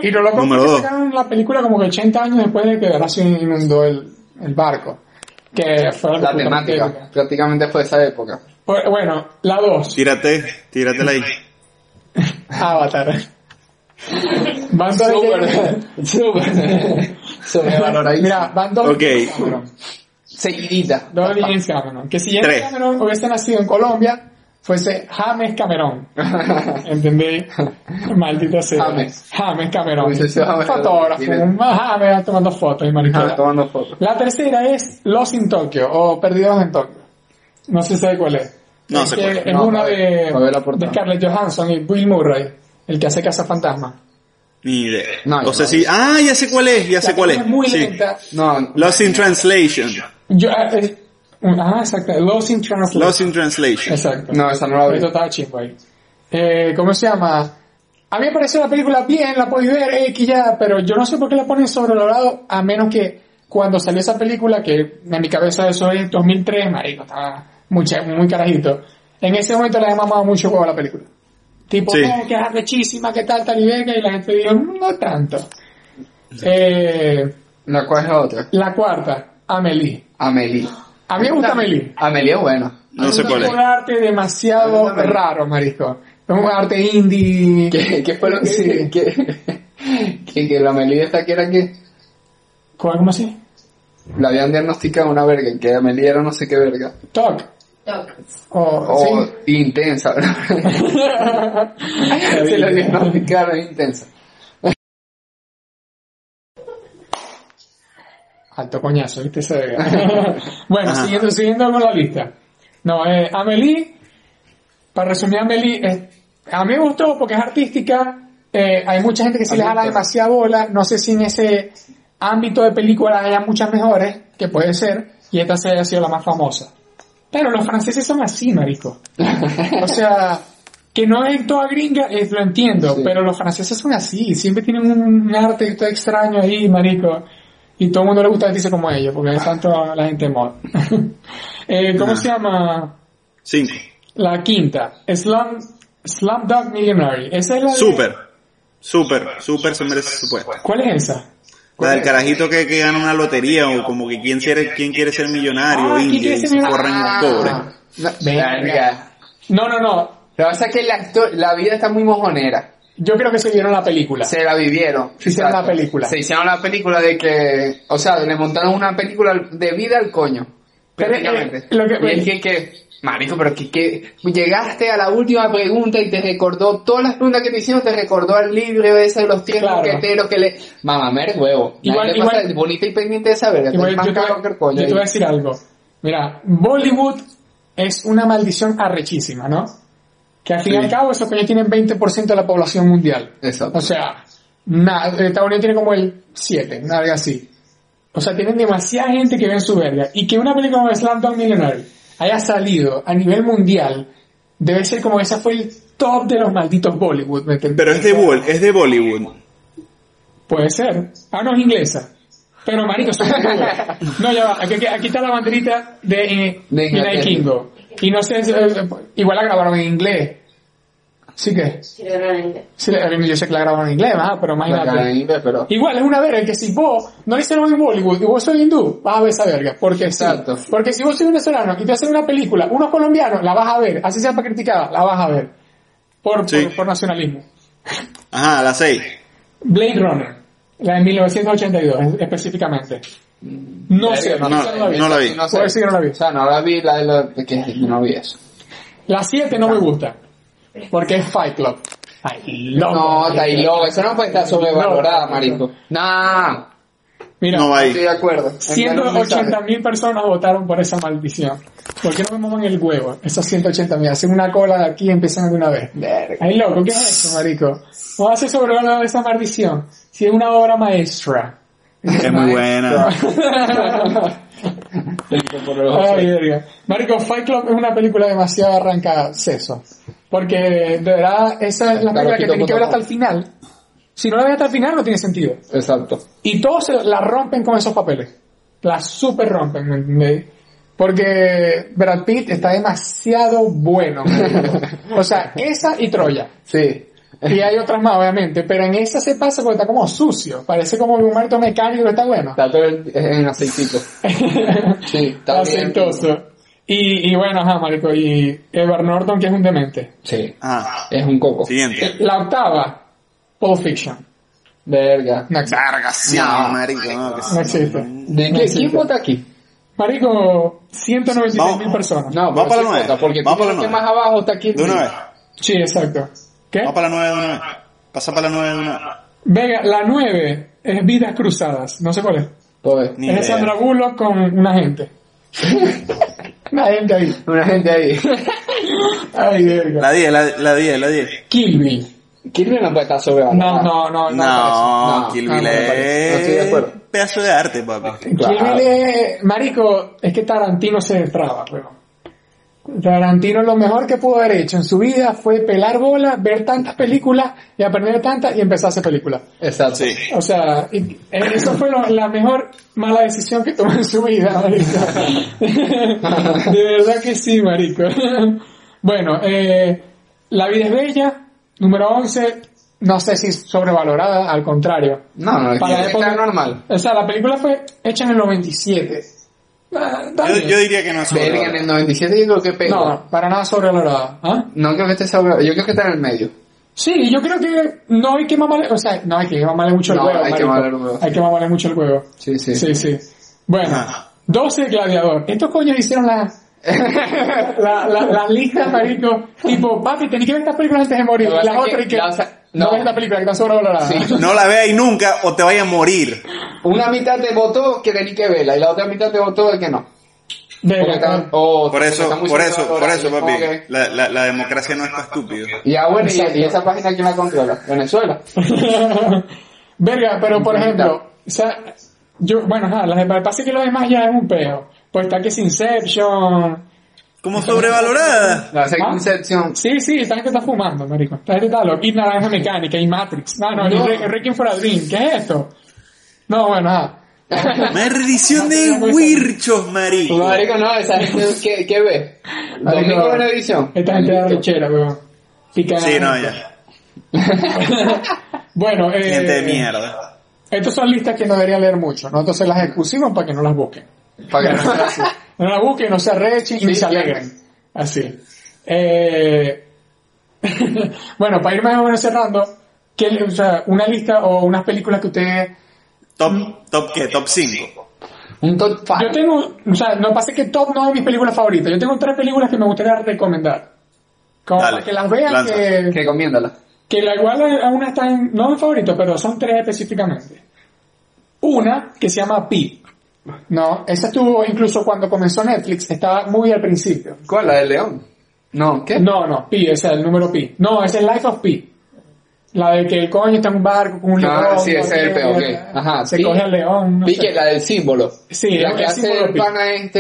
Speaker 1: Y lo loco
Speaker 2: Número
Speaker 1: es que
Speaker 2: dos.
Speaker 1: sacaron la película como que 80 años después de que Horacio inundó el, el barco. Que fue algo
Speaker 3: La
Speaker 1: completamente
Speaker 3: temática
Speaker 1: épica.
Speaker 3: prácticamente fue de esa época.
Speaker 1: Pues, bueno, la 2,
Speaker 2: Tírate, tíratela ahí.
Speaker 1: Avatar. Van dos
Speaker 3: súper. Sobrevalorada.
Speaker 1: Mira,
Speaker 3: Mira,
Speaker 1: van dos
Speaker 2: Ok.
Speaker 1: de James Cameron.
Speaker 3: seguidita.
Speaker 1: Dos de James Cameron. Que si James
Speaker 2: Tres.
Speaker 1: Cameron hubiese nacido en Colombia, fuese James Cameron. ¿Entendí? Maldita sea.
Speaker 3: James.
Speaker 1: James Cameron.
Speaker 3: Hubiese sido James.
Speaker 1: Fotógrafo.
Speaker 3: Tiene-
Speaker 1: James tomando fotos y mariquera.
Speaker 3: Ajá, tomando fotos.
Speaker 1: La tercera es Los in Tokio o Perdidos en Tokio. No sé si sabe cuál es.
Speaker 2: No
Speaker 1: es
Speaker 2: sé
Speaker 1: que
Speaker 2: cuál es.
Speaker 1: es
Speaker 3: No,
Speaker 1: una
Speaker 3: a ver,
Speaker 1: de,
Speaker 3: a ver la portada.
Speaker 1: de Scarlett Johansson y Bill Murray, el que hace Casa Fantasma.
Speaker 2: Ni idea.
Speaker 3: No, yo
Speaker 2: o sea,
Speaker 3: no.
Speaker 2: sí. Ah, ya sé cuál es, ya sé cuál es.
Speaker 1: Es muy
Speaker 2: Sí.
Speaker 1: lenta.
Speaker 3: No,
Speaker 2: Lost in Translation.
Speaker 1: Yo, ah, es- ah, exacto. Los in Translation.
Speaker 2: Lost in Translation.
Speaker 1: Exacto.
Speaker 3: no, esa no la
Speaker 1: Eso
Speaker 3: había.
Speaker 1: estaba chimbo ahí. Eh, ¿Cómo se llama? A mí me pareció la película bien, la podéis ver, X ya, pero yo no sé por qué la ponen sobrevalorado, a menos que cuando salió esa película, que en mi cabeza eso es 2003, marico, estaba mucha- muy carajito. En ese momento le había mamado mucho juego a la película. Tipo,
Speaker 2: Sí.
Speaker 1: no, que es arrechísima, que tal, tal y verga, y la gente dijo, no tanto. Eh,
Speaker 3: La cual es la otra.
Speaker 1: la cuarta, Amelie.
Speaker 3: Amelie.
Speaker 1: A mí me gusta Amelie.
Speaker 3: Amelie es buena.
Speaker 2: No sé cuál es.
Speaker 1: un arte demasiado
Speaker 3: Cuéntame.
Speaker 1: raro, marisco. Un arte indie.
Speaker 3: ¿Qué, qué fue lo que
Speaker 1: Sí.
Speaker 3: que, que, que la Amelie esta que era que
Speaker 1: ¿Cómo, cómo así?
Speaker 3: la habían diagnosticado una verga, que Amelie era no sé qué verga.
Speaker 1: Talk. O,
Speaker 3: O
Speaker 1: sí.
Speaker 3: intensa, ¿verdad? Se la diagnosticaron intensa.
Speaker 1: Alto coñazo, ¿viste? Se ve. bueno,
Speaker 2: Ajá.
Speaker 1: siguiendo, siguiendo con la lista. No, eh, Amelie, para resumir, Amelie, eh, a mí me gustó porque es artística. eh, hay mucha gente que sí
Speaker 3: A
Speaker 1: le
Speaker 3: mí
Speaker 1: jala
Speaker 3: me gusta.
Speaker 1: demasiada bola. No sé si en ese ámbito de películas haya muchas mejores, que puede ser, y esta se haya sido la más famosa. Pero los franceses son así, marico. O sea, que no es en toda gringa, eh, lo entiendo,
Speaker 3: Sí.
Speaker 1: pero los franceses son así, siempre tienen un un arte todo extraño ahí, marico. Y todo el mundo le gusta vestirse como ellos, porque es tanto la gente mod. eh, ¿Cómo
Speaker 2: Ah.
Speaker 1: se llama?
Speaker 2: Cinco.
Speaker 1: La quinta, Slum, Slumdog Millionaire. Esa es la de-
Speaker 2: Súper. Súper, súper se merece su puesto.
Speaker 1: ¿Cuál es esa?
Speaker 2: La del carajito que, que gana una lotería o como que quién quiere, quién quiere ser millonario,
Speaker 1: Ah, ¿quién
Speaker 2: indio,
Speaker 1: quiere
Speaker 2: y
Speaker 1: ser
Speaker 2: se
Speaker 1: millonario?
Speaker 2: corren los
Speaker 3: Ah,
Speaker 2: pobres.
Speaker 3: no,
Speaker 1: Venga.
Speaker 3: verga.
Speaker 1: No, no, no.
Speaker 3: Lo que pasa es que la, histo- la vida está muy mojonera.
Speaker 1: Yo creo que se vieron la película.
Speaker 3: Se la vivieron.
Speaker 1: Se hicieron
Speaker 3: Exacto.
Speaker 1: la película.
Speaker 3: Se hicieron la película de que, o sea, le montaron una película de vida al coño.
Speaker 1: Pero,
Speaker 3: Prácticamente.
Speaker 1: eh, lo que-
Speaker 3: y es que, que, marico, pero que, que llegaste a la última pregunta y te recordó todas las preguntas que te hicieron, te recordó al libro ese de los tres
Speaker 1: Claro.
Speaker 3: moqueteros que le, mamamer huevo. La
Speaker 1: Igual-
Speaker 3: gente pasa
Speaker 1: igual-
Speaker 3: bonita y pendiente de saber,
Speaker 1: Igual
Speaker 3: más
Speaker 1: yo, te,
Speaker 3: caro que el
Speaker 1: yo
Speaker 3: coño.
Speaker 1: te voy a decir algo. Mira, Bollywood es una maldición arrechísima, ¿no? Que al fin y al cabo esos coños tienen 20% de la población mundial.
Speaker 3: Exacto.
Speaker 1: O sea, nada, Estados Unidos tiene como el 7, una verga así. O sea, tienen demasiada gente que ve su verga. Y que una película como Slamdog Millionaire haya salido a nivel mundial, debe ser como esa fue el top de los malditos Bollywood, ¿me entiendes?
Speaker 2: Pero es de, Bol- es de Bollywood.
Speaker 1: Puede ser. Ah, no, es inglesa. Pero marico, son todas. No, ya va. Aquí, aquí- aquí está la banderita de, eh,
Speaker 3: De Inglaterra.
Speaker 1: United Kingdom. Y no sé, eh, igual la grabaron en inglés. Sí que, sí, la- yo sé que la grabaron en inglés, ah, pero
Speaker 3: La cara en
Speaker 1: imagínate.
Speaker 3: inglés, pero...
Speaker 1: Igual es una verga que si vos no hicieron en Bollywood y vos sois hindú, vas a ver esa verga. Porque sí.
Speaker 3: Exacto.
Speaker 1: Porque si vos sois venezolano y te hacen una película, unos colombianos, la vas a ver. Así sea para criticada, la vas a ver. Por,
Speaker 2: Sí.
Speaker 1: por, por nacionalismo.
Speaker 2: Ajá, a las 6.
Speaker 1: Blade Runner, la de 1982 específicamente. No
Speaker 3: Verga,
Speaker 1: sé,
Speaker 3: no,
Speaker 1: no,
Speaker 2: no,
Speaker 1: la vi.
Speaker 2: no la vi.
Speaker 3: No sé.
Speaker 1: Puedo decir que no la vi.
Speaker 3: O sea, no la vi, la de la... que yo no vi eso.
Speaker 1: La 7
Speaker 2: Ah.
Speaker 1: no me gusta, porque es Fight Club. Ay, loco.
Speaker 3: No, está ahí loco. Eso no puede estar sobrevalorada,
Speaker 1: No.
Speaker 3: marico. Nah,
Speaker 1: Mira,
Speaker 2: No va
Speaker 3: estoy
Speaker 2: ahí.
Speaker 3: de acuerdo.
Speaker 1: 180 mil personas votaron por esa maldición. ¿Por qué no me maman el huevo? Esas 180 mil, hacen una cola de aquí y empiezan de una vez.
Speaker 3: Verga.
Speaker 1: Ay, loco, ¿qué es eso, marico? ¿Cómo hace sobrevalorada esa maldición? Si es una obra maestra.
Speaker 2: Es muy buena.
Speaker 1: Ay, verga. Marico, Fight Club es una película demasiado arranca seso. Porque, de verdad, esa es la
Speaker 3: Claro,
Speaker 1: película que
Speaker 3: quito
Speaker 1: tenés que ver
Speaker 3: botón.
Speaker 1: hasta el final. Si no la ves hasta el final, no tiene sentido.
Speaker 3: Exacto.
Speaker 1: Y todos se la rompen con esos papeles. La super rompen, ¿me entendéis? Porque Brad Pitt está demasiado bueno. marico. o sea, esa y Troya.
Speaker 3: Sí.
Speaker 1: Y hay otras más, obviamente. Pero en esa se pasa porque está como sucio. Parece como un muerto mecánico que está bueno.
Speaker 3: Está todo el- en aceitito. Sí, está bien.
Speaker 1: aceitoso. Y, y bueno, ajá, marico, y Edward Norton, que es un demente.
Speaker 3: Sí.
Speaker 2: Ajá.
Speaker 3: Ah. Es un coco.
Speaker 2: Siguiente.
Speaker 1: La octava, Pulp Fiction.
Speaker 3: Verga.
Speaker 1: No existe.
Speaker 2: Verga, sí,
Speaker 3: No,
Speaker 2: marico. no, que sí.
Speaker 1: No existe.
Speaker 3: ¿De
Speaker 1: No
Speaker 3: qué?
Speaker 1: existe.
Speaker 3: ¿Quién vota aquí?
Speaker 1: Marico, 196 mil
Speaker 2: Vamos.
Speaker 1: personas.
Speaker 3: No,
Speaker 2: Va
Speaker 3: pero
Speaker 2: para
Speaker 3: sí
Speaker 2: la nueve.
Speaker 3: vota, Porque
Speaker 2: Va
Speaker 3: tú
Speaker 2: para la
Speaker 3: lo que
Speaker 2: nueve.
Speaker 3: más abajo está aquí.
Speaker 2: De una vez.
Speaker 1: Sí, exacto. ¿Qué?
Speaker 2: Vamos para la 9 de una vez. Pasa para la 9 de una vez.
Speaker 1: Venga, la nueve es Vidas Cruzadas. No sé cuál es.
Speaker 3: Pues,
Speaker 2: Ni
Speaker 1: es de
Speaker 2: idea.
Speaker 1: Sandra Bullock con una gente. una gente ahí.
Speaker 3: una gente ahí.
Speaker 1: Ay, verga.
Speaker 2: La 10, la, la 10, la 10.
Speaker 1: Kill Bill.
Speaker 3: Kirby no puede estar sobrevalorada.
Speaker 1: No, no, no.
Speaker 2: No,
Speaker 3: no,
Speaker 2: Kill
Speaker 3: no,
Speaker 2: Bill
Speaker 3: no me parece. No estoy de
Speaker 2: es
Speaker 3: acuerdo.
Speaker 2: un pedazo de arte, papi.
Speaker 1: Kill
Speaker 3: Claro.
Speaker 1: Bill es- marico, es que Tarantino se traba, pero Tarantino lo mejor que pudo haber hecho en su vida fue pelar bola, ver tantas películas y aprender tantas y empezar a hacer películas.
Speaker 3: Exacto.
Speaker 2: Sí.
Speaker 1: O sea, y- eh, eso fue lo- la mejor mala decisión que tomó en su vida, marico. De verdad que sí, marico. Bueno, eh, La vida es bella, número 11, no sé si sobrevalorada, al contrario.
Speaker 3: No, no,
Speaker 1: Para la
Speaker 3: es
Speaker 1: época-
Speaker 3: normal.
Speaker 1: O sea, la película fue hecha en el 97. Ah, está
Speaker 2: Yo,
Speaker 1: bien.
Speaker 2: yo diría que no es
Speaker 3: Verga, en
Speaker 2: sobrevalorado.
Speaker 3: el 97 yo creo que pegó.
Speaker 1: no, no, para nada sobrevalorada. ¿Ah?
Speaker 3: No creo que esté sobre... Yo creo que está en el medio.
Speaker 1: Sí, yo creo que no hay que mamarle, o sea, no hay que mamarle mucho el
Speaker 3: No,
Speaker 1: huevo.
Speaker 3: hay que
Speaker 1: marico.
Speaker 3: mamarle el huevo.
Speaker 1: Hay que mamarle mucho el huevo.
Speaker 3: Sí, sí. Ah.
Speaker 1: Sí, sí. Bueno,
Speaker 2: Ajá.
Speaker 1: 12 gladiador. Estos coños hicieron la, la, la, la lista, marico. Tipo, papi, tenés que ver esta película antes de morir.
Speaker 3: Lo que
Speaker 1: Las
Speaker 3: pasa es
Speaker 1: otras y
Speaker 3: que-
Speaker 1: que.
Speaker 3: la- o sea,
Speaker 1: no,
Speaker 3: no.
Speaker 1: ves la película que está sobrevalorada.
Speaker 3: Sí.
Speaker 2: No la veáis nunca o te vaya a morir.
Speaker 3: Una mitad te votó que tenía que verla y la otra mitad te votó que no.
Speaker 1: Verga,
Speaker 3: Porque está-
Speaker 1: ¿no?
Speaker 3: o-
Speaker 2: Por
Speaker 3: porque está
Speaker 2: eso,
Speaker 3: muy
Speaker 2: por eso, por
Speaker 3: sobrevalorada.
Speaker 2: eso,
Speaker 3: Y es
Speaker 2: papi.
Speaker 3: como que-
Speaker 2: La, la, la democracia no está estúpido.
Speaker 3: Ya bueno,
Speaker 1: Exacto.
Speaker 3: y, y esa página quién la controla? Venezuela.
Speaker 1: Verga, pero por ejemplo, o sea, yo, bueno, ajá, las demás, pasa que lo demás ya es un peo. Pues está que es Inception.
Speaker 2: Como sobrevalorada.
Speaker 3: La segunda
Speaker 1: ¿Ah?
Speaker 3: incepción.
Speaker 1: Sí, sí, esta gente está fumando, marico. Esta gente está loca. Y Naranja Mecánica, y Matrix. Ah, No, no, y
Speaker 3: No.
Speaker 1: Re- Requiem for a Dream. ¿Qué es esto? No, bueno, ajá.
Speaker 2: Maldición de Wirchos, marico.
Speaker 3: Pues, Marico, no, esa gente, ¿qué, qué ve?
Speaker 1: Marico,
Speaker 3: Domingo Benedición.
Speaker 1: Esta gente da lechera, weón. Pica.
Speaker 2: Sí, no, ya.
Speaker 1: Bueno, eh,
Speaker 2: Gente de mierda.
Speaker 1: Estas son listas que no deberían leer mucho, ¿no? Entonces las expusimos para que no las busquen.
Speaker 3: Para que no sea así.
Speaker 1: No las busquen, no se arrechen y
Speaker 3: Sí,
Speaker 1: se alegren. Así. Eh, bueno, para ir más o menos cerrando, ¿qué le- o sea, una lista o unas películas que ustedes...
Speaker 2: Top, top qué, top 5.
Speaker 3: Un top
Speaker 1: Yo
Speaker 3: 5.
Speaker 1: tengo, o sea, no pasa que top no es mis películas favoritas. Yo tengo tres películas que me gustaría recomendar. Como
Speaker 2: Dale,
Speaker 1: para que las vean
Speaker 2: lanza.
Speaker 1: que...
Speaker 3: Recomiéndala.
Speaker 1: que la igual a una está en, no en favorito, pero son tres específicamente. Una que se llama Pi, No, esa estuvo incluso cuando comenzó Netflix, estaba muy al principio.
Speaker 3: ¿Cuál? ¿La del león? No, ¿qué?
Speaker 1: No, no, Pi, esa es el número Pi. No, esa es Life of Pi. La de que el coño está en un barco con un león.
Speaker 3: Ah, sí,
Speaker 1: no
Speaker 3: ese es el
Speaker 1: sé,
Speaker 3: peor, ok. Ajá,
Speaker 1: Se
Speaker 3: Pi.
Speaker 1: coge al león. No
Speaker 3: Vi
Speaker 1: sé.
Speaker 3: que la del símbolo.
Speaker 1: Sí,
Speaker 3: la
Speaker 1: el-
Speaker 3: que
Speaker 1: el
Speaker 3: hace
Speaker 1: símbolo
Speaker 3: el
Speaker 1: pi.
Speaker 3: pana este...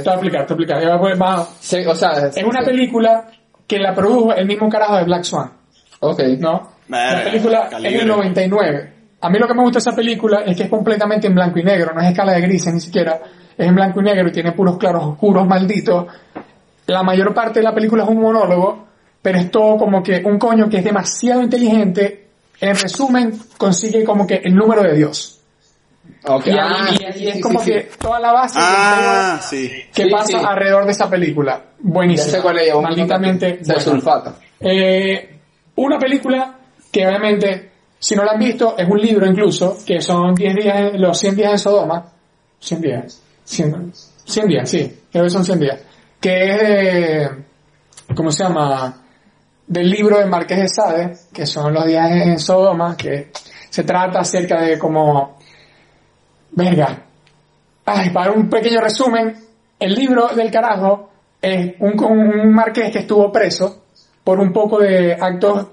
Speaker 1: Te voy a explicar, te voy a explicar. Ya pues, voy más-
Speaker 3: se- o sea...
Speaker 1: Es una película que la produjo el mismo carajo de Black Swan,
Speaker 3: Ok.
Speaker 1: ¿no?
Speaker 2: Verga,
Speaker 1: La película es
Speaker 2: calibre.
Speaker 1: del 99. A mí lo que me gusta de esa película es que es completamente en blanco y negro, no es escala de grises ni siquiera. Es en blanco y negro y tiene puros claros oscuros malditos. La mayor parte de la película es un monólogo, pero es todo como que un coño que es demasiado inteligente, en resumen, consigue como que el número de Dios.
Speaker 3: okay.
Speaker 1: Y,
Speaker 3: Ah,
Speaker 1: ahí- y
Speaker 3: sí,
Speaker 1: es
Speaker 3: sí,
Speaker 1: como
Speaker 3: sí,
Speaker 1: que
Speaker 3: sí.
Speaker 1: toda la base del tema-
Speaker 2: Ah, sí.
Speaker 1: que
Speaker 3: Sí,
Speaker 1: pasa
Speaker 3: sí.
Speaker 1: alrededor de esa película.
Speaker 3: Ya
Speaker 1: Buenísimo.
Speaker 3: sé cuál es. un-
Speaker 1: Malditamente
Speaker 3: Se
Speaker 1: buena.
Speaker 3: sulfata.
Speaker 1: Eh, una película que obviamente, si no la han visto, es un libro incluso, que son 10 días, en- los 100 días en Sodoma. 100 días. 100, 100 días, sí. Creo que son 100 días. Que es de, ¿cómo se llama? Del libro de Marqués de Sade, que son los días en Sodoma, que se trata acerca de como Verga. Ay, para un pequeño resumen, el libro del carajo es un, un marqués que estuvo preso por un poco de actos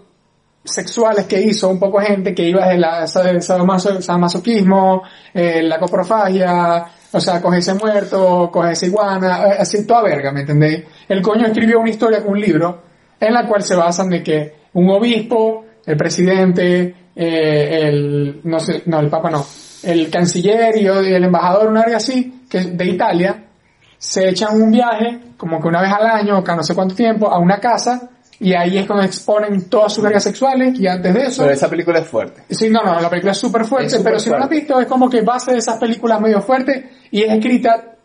Speaker 1: sexuales que hizo un poco gente que iba de la sa- del sadomaso- sadomasoquismo, eh, la coprofagia, o sea, cogerse muerto, cogerse iguana, eh, así toda verga, ¿me entendéis? El coño escribió una historia con un libro en la cual se basan de que un obispo, el presidente, eh, el, no sé, no, el papa no, el canciller y o- y el embajador, una verga así, que de Italia, se echan un viaje, como que una vez al año, cada no sé cuánto tiempo, a una casa, y ahí es cuando exponen todas sus vergas sexuales, y antes de eso...
Speaker 3: Pero esa película es fuerte.
Speaker 1: Sí, no, no, la película es súper fuerte,
Speaker 3: Es súper
Speaker 1: pero si no la has
Speaker 3: fuerte.
Speaker 1: visto es como que base de esas películas medio fuerte y es escrita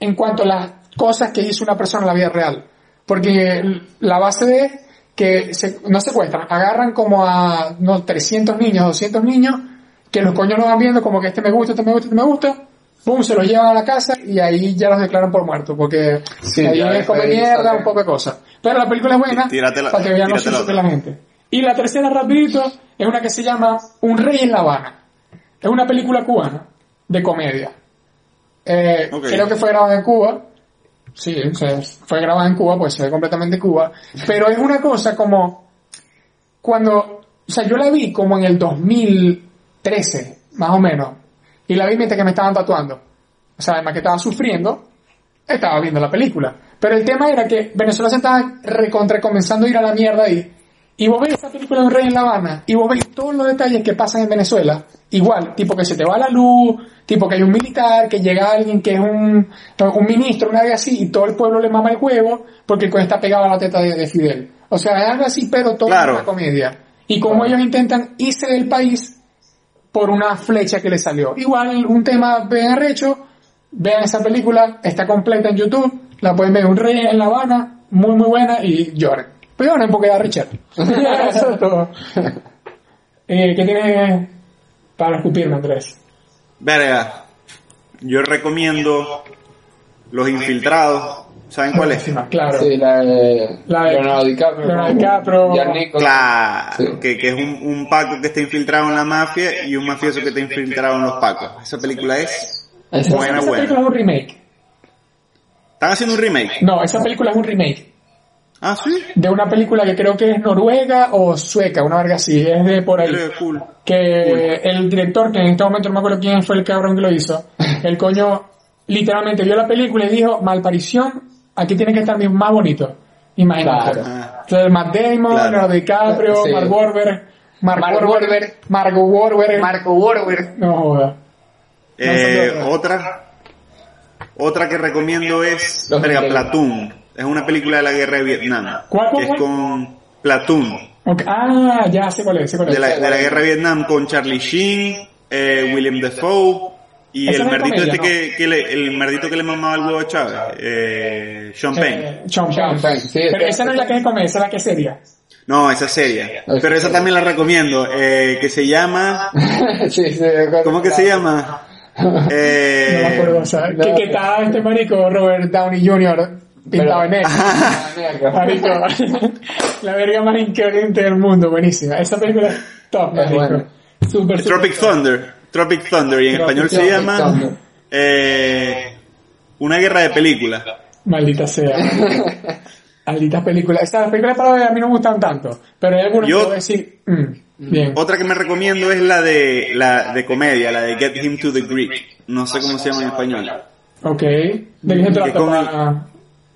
Speaker 1: en cuanto a las cosas que hizo una persona en la vida real. Porque la base de que se- no secuestran, agarran como a no, 300 niños, 200 niños, que los coños los van viendo como que este me gusta, este me gusta, este me gusta, pum, se los llevan a la casa y ahí ya los declaran por muertos, porque
Speaker 3: Sí,
Speaker 1: ahí
Speaker 3: ya
Speaker 1: es
Speaker 3: es
Speaker 1: como
Speaker 3: feliz,
Speaker 1: mierda,
Speaker 3: ok.
Speaker 1: un poco de cosas. Pero la película es buena,
Speaker 2: Tíratela-
Speaker 1: para que vean los
Speaker 2: tíratela
Speaker 1: usos de
Speaker 2: otra.
Speaker 1: la gente. Y la tercera, rapidito, es una que se llama Un Rey en La Habana. Es una película cubana de comedia. Eh,
Speaker 2: Ok.
Speaker 1: Creo que fue grabada en Cuba. Sí, o sea, fue grabada en Cuba, pues se ve completamente en Cuba. Pero es una cosa como cuando, o sea, yo la vi como en el 2013, más o menos. Y la vi mientras que me estaban tatuando. O sea, además que estaba sufriendo, estaba viendo la película. Pero el tema era que Venezuela se estaba recontra comenzando a ir a la mierda ahí. Y vos ves esa película de Un Rey en La Habana, y vos ves todos los detalles que pasan en Venezuela, igual, tipo que se te va la luz, tipo que hay un militar, que llega alguien que es un, un ministro, una vez así, y todo el pueblo le mama el huevo, porque el coño está pegado a la teta de, de Fidel. O sea, es algo así, pero todo
Speaker 2: Claro.
Speaker 1: es una comedia. Y como ellos intentan irse del país por una flecha que le salió. Igual, un tema bien arrecho, vean esa película, está completa en YouTube, la pueden ver, Un Rey en La Habana, muy muy buena, y lloren. Pero lloren porque da Richard. Eso es todo. Eh, ¿Qué tienes para escupirme, Andrés?
Speaker 2: Verga. Yo recomiendo Los Infiltrados. ¿Saben cuál es?
Speaker 1: Claro.
Speaker 3: Sí, la de...
Speaker 1: La de-
Speaker 3: Leonardo DiCaprio.
Speaker 1: Leonardo
Speaker 3: con
Speaker 1: DiCaprio.
Speaker 3: Jack Nicholson.
Speaker 2: Claro,
Speaker 3: Sí.
Speaker 2: que, que es un, un paco que está infiltrado en la mafia y un mafioso que está infiltrado en los pacos. Esa película es...
Speaker 3: Esa-
Speaker 1: O sea,
Speaker 2: Buena,
Speaker 1: esa
Speaker 2: buena.
Speaker 1: película es un remake.
Speaker 2: ¿Están haciendo un remake?
Speaker 1: No, esa película es un remake
Speaker 2: Ah, sí.
Speaker 1: de una película que creo que es noruega o sueca, una verga así, es de por ahí.
Speaker 2: Verga, cool.
Speaker 1: que el director, que en este momento no me acuerdo quién fue el cabrón que lo hizo, el coño literalmente vio la película y dijo, malparición, aquí tiene que estar mis más bonito. Imagínate.
Speaker 3: Claro.
Speaker 2: Ah,
Speaker 1: Entonces, Matt Damon,
Speaker 2: Claro.
Speaker 1: Leonardo DiCaprio,
Speaker 3: Sí.
Speaker 1: Mark Wahlberg, Mark,
Speaker 3: Mark
Speaker 1: Wahlberg,
Speaker 3: Wahlberg.
Speaker 1: Margot Wahlberg,
Speaker 3: Marco Warwick.
Speaker 1: no joda.
Speaker 2: eh,
Speaker 1: No, son
Speaker 2: otra. Otra que recomiendo es...
Speaker 3: Los
Speaker 2: Verga,
Speaker 3: Infiltrados.
Speaker 2: Platoon. Es una película de la guerra de Vietnam.
Speaker 1: ¿Cuál, cuál, cuál?
Speaker 2: Que es con... Platoon.
Speaker 1: Ok, Ah, ya sé cuál es, sé cuál es. Eh,
Speaker 2: de la, de la guerra de Vietnam con Charlie Sheen, eh, William Defoe y
Speaker 1: Esa
Speaker 2: el
Speaker 1: no es
Speaker 2: merdito
Speaker 1: comedia,
Speaker 2: este
Speaker 1: ¿no?
Speaker 2: que, que le, el merdito que le mamaba el huevo a Chávez, eh, Sean Penn.
Speaker 1: Eh, Sean Penn.
Speaker 3: Sean Penn, sí,
Speaker 1: Pero
Speaker 3: esa-
Speaker 1: esa no es la que es comedia, esa es la que es seria.
Speaker 2: No, esa es seria. Pero esa también la recomiendo, eh, que se llama,
Speaker 3: sí, sí, me acuerdo.
Speaker 2: ¿cómo que se llama?
Speaker 1: No me acuerdo,
Speaker 2: Eh,
Speaker 1: o sea,
Speaker 3: no.
Speaker 1: que, que estaba este marico Robert Downey Jr. pintado en negro.
Speaker 3: Ah, mierda.
Speaker 1: Marico, la verga más increíble del mundo, buenísima. Esa película es top,
Speaker 3: Es
Speaker 1: marico.
Speaker 3: bueno.
Speaker 1: Super, super
Speaker 2: Tropic
Speaker 1: top.
Speaker 2: Thunder, Tropic Thunder y en
Speaker 1: Tropic
Speaker 2: español se
Speaker 3: Thunder.
Speaker 2: llama Eh, una guerra de películas.
Speaker 1: Maldita sea. Malditas películas. Esas las películas para ver a mí no me gustan tanto. Pero hay algunas
Speaker 2: Yo-
Speaker 1: que puedo decir, mm, bien.
Speaker 2: Otra que me recomiendo es la de la de comedia, la de Get Him to the Greek. No sé cómo se llama en español.
Speaker 1: Ok. ¿De qué se
Speaker 2: Mm, Que
Speaker 1: trata?
Speaker 2: con-
Speaker 1: Ah,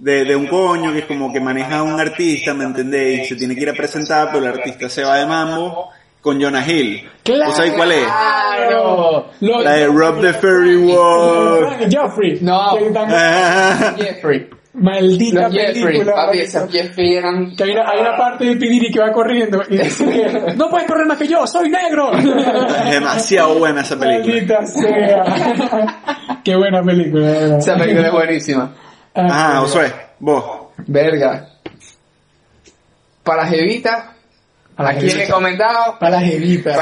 Speaker 2: De, de un coño que es como que maneja a un artista, ¿me entendéis? Se tiene que ir a presentar, pero el artista se va de mambo con Jonah Hill. ¿Vos sabéis cuál es?
Speaker 3: ¡Claro!
Speaker 1: Lo-
Speaker 2: La de Rob the Ferry World.
Speaker 1: Frank Joffrey.
Speaker 3: No.
Speaker 1: Que tan-
Speaker 2: Ah,
Speaker 3: Jeffrey.
Speaker 1: Maldita
Speaker 3: Los Jeffrey,
Speaker 1: película.
Speaker 3: papi, esos Jeffrey eran...
Speaker 1: Que hay una, hay una parte de Pidiri que va corriendo y dice que no puedes correr más que yo, soy negro.
Speaker 2: es demasiado buena esa película.
Speaker 1: Maldita sea. Qué buena película. de verdad. Ah,
Speaker 3: Esa película Ah, es buenísima.
Speaker 2: Ajá, Josué, vos.
Speaker 3: Verga. Para Jevita,
Speaker 1: Para
Speaker 3: aquí
Speaker 1: las jevitas.
Speaker 3: recomendado.
Speaker 1: Para las jevitas.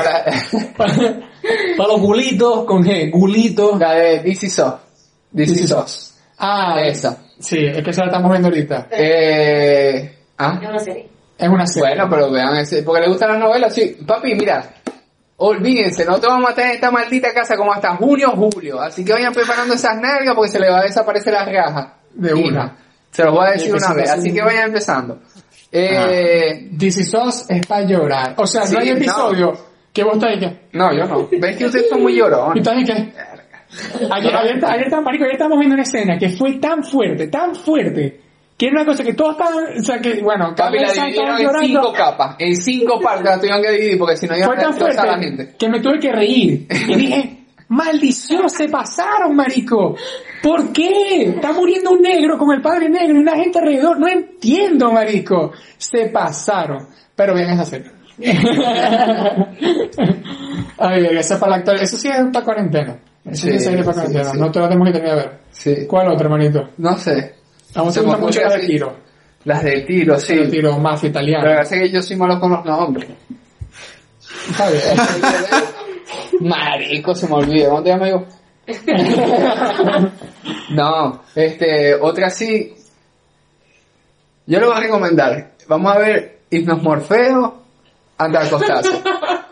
Speaker 3: Para
Speaker 1: Para, los gulitos con G, gulitos.
Speaker 3: la de This Is Us. This Is Us.
Speaker 1: Ah,
Speaker 3: Esa.
Speaker 1: Sí, es que esa la estamos viendo ahorita.
Speaker 3: Eh, ah,
Speaker 4: Yo no sé.
Speaker 1: Es una serie.
Speaker 3: bueno, pero vean ese, porque le gustan las novelas, sí. Papi, mira, olvídense, nosotros vamos a tener esta maldita casa como hasta junio o julio, así que vayan preparando esas nalgas porque se le va a desaparecer las rajas.
Speaker 1: De
Speaker 3: Hija,
Speaker 1: una.
Speaker 3: Se los voy a decir
Speaker 1: Empezó
Speaker 3: una vez,
Speaker 1: así.
Speaker 3: así que vayan empezando. Eh,
Speaker 1: This Is Us es para llorar. O sea,
Speaker 3: Sí,
Speaker 1: no hay
Speaker 3: no.
Speaker 1: episodio que vos estás y que...
Speaker 3: no, yo no. ¿Ves que ustedes son muy
Speaker 1: Y
Speaker 3: llorones?
Speaker 1: estás y que... Ayer, ayer, ayer, estaba- marico, ayer estábamos viendo una escena que fue tan fuerte, tan fuerte, que era una cosa que todos estaban... O sea, que, bueno,
Speaker 3: Papi, la
Speaker 1: cabezas
Speaker 3: dividieron
Speaker 1: estaban
Speaker 3: en
Speaker 1: llorando.
Speaker 3: cinco capas, en cinco partes la tuvieron que dividir porque si no iban
Speaker 1: fue
Speaker 3: a
Speaker 1: tan
Speaker 3: destrozar a la
Speaker 1: fuerte
Speaker 3: gente.
Speaker 1: que me tuve que reír. Y dije, maldición, se pasaron, marico. ¿Por qué? Está muriendo un negro con el padre negro y una gente alrededor. No entiendo, marico. Se pasaron. Pero bien, esa serie. Ay, verga, esa es para la actual. Eso sí es para cuarentena. Eso sí,
Speaker 3: Sí,
Speaker 1: es serie para
Speaker 3: sí,
Speaker 1: cuarentena.
Speaker 3: sí.
Speaker 1: No te la tenemos que tener a ver.
Speaker 3: Sí.
Speaker 1: ¿Cuál otra, hermanito?
Speaker 3: No sé.
Speaker 1: A vos
Speaker 3: Se
Speaker 1: te
Speaker 3: me
Speaker 1: gusta mucho
Speaker 3: ocurre
Speaker 1: la de
Speaker 3: así.
Speaker 1: tiro.
Speaker 3: Las del tiro, sí.
Speaker 1: El tiro, mafia
Speaker 3: Pero la
Speaker 1: italiana.
Speaker 3: verdad es que yo soy malo con los nombres.
Speaker 1: Está bien.
Speaker 3: Marico, se me olvida. ¿Cómo te llamas, amigo? no, este, otra sí. Yo le voy a recomendar. Vamos a ver Hipnos Morfeo, anda a acostarse.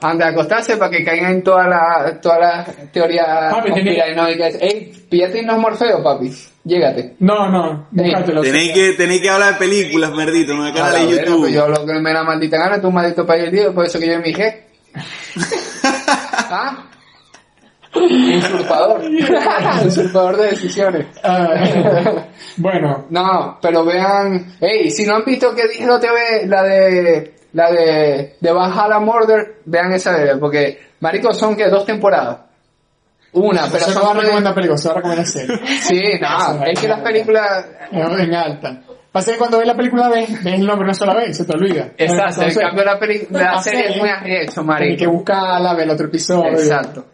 Speaker 3: Anda a acostarse para que caigan en todas las todas las teorías
Speaker 1: Papi, tenés-
Speaker 3: conspiranoicas. Ey, píllate Hipnos Morfeo, papi. Llégate.
Speaker 1: No, no,
Speaker 3: Ey,
Speaker 1: búscatelo.
Speaker 2: Tenéis que, tenéis que hablar de películas, merdito, no de
Speaker 3: A
Speaker 2: canal
Speaker 3: la
Speaker 2: de
Speaker 3: verga, pues
Speaker 2: YouTube.
Speaker 3: yo lo que me da maldita gana, tú un maldito país del día, por eso que yo me dije. ¿Ah? Usurpador. Usurpador de decisiones.
Speaker 1: Ah, bueno,
Speaker 3: No, pero vean. Ey, si no han visto que dijo TV, la de. La de. De Valhalla Murder, vean esa bebé, porque. Marico, son que dos temporadas. Una, pero
Speaker 1: se no va a
Speaker 3: son.
Speaker 1: recomendar películas, se va a recomendar series.
Speaker 3: Sí, no, es que las películas.
Speaker 1: en en alta. Pasa que cuando ves la película ves, ves el nombre una sola vez, se te olvida.
Speaker 3: Exacto, en
Speaker 1: Entonces,
Speaker 3: cambio la, peli- la
Speaker 1: Ah,
Speaker 3: serie
Speaker 1: sí.
Speaker 3: es muy arrecho,
Speaker 1: Hay que
Speaker 3: marico.
Speaker 1: buscarla, ver el otro episodio.
Speaker 3: Exacto.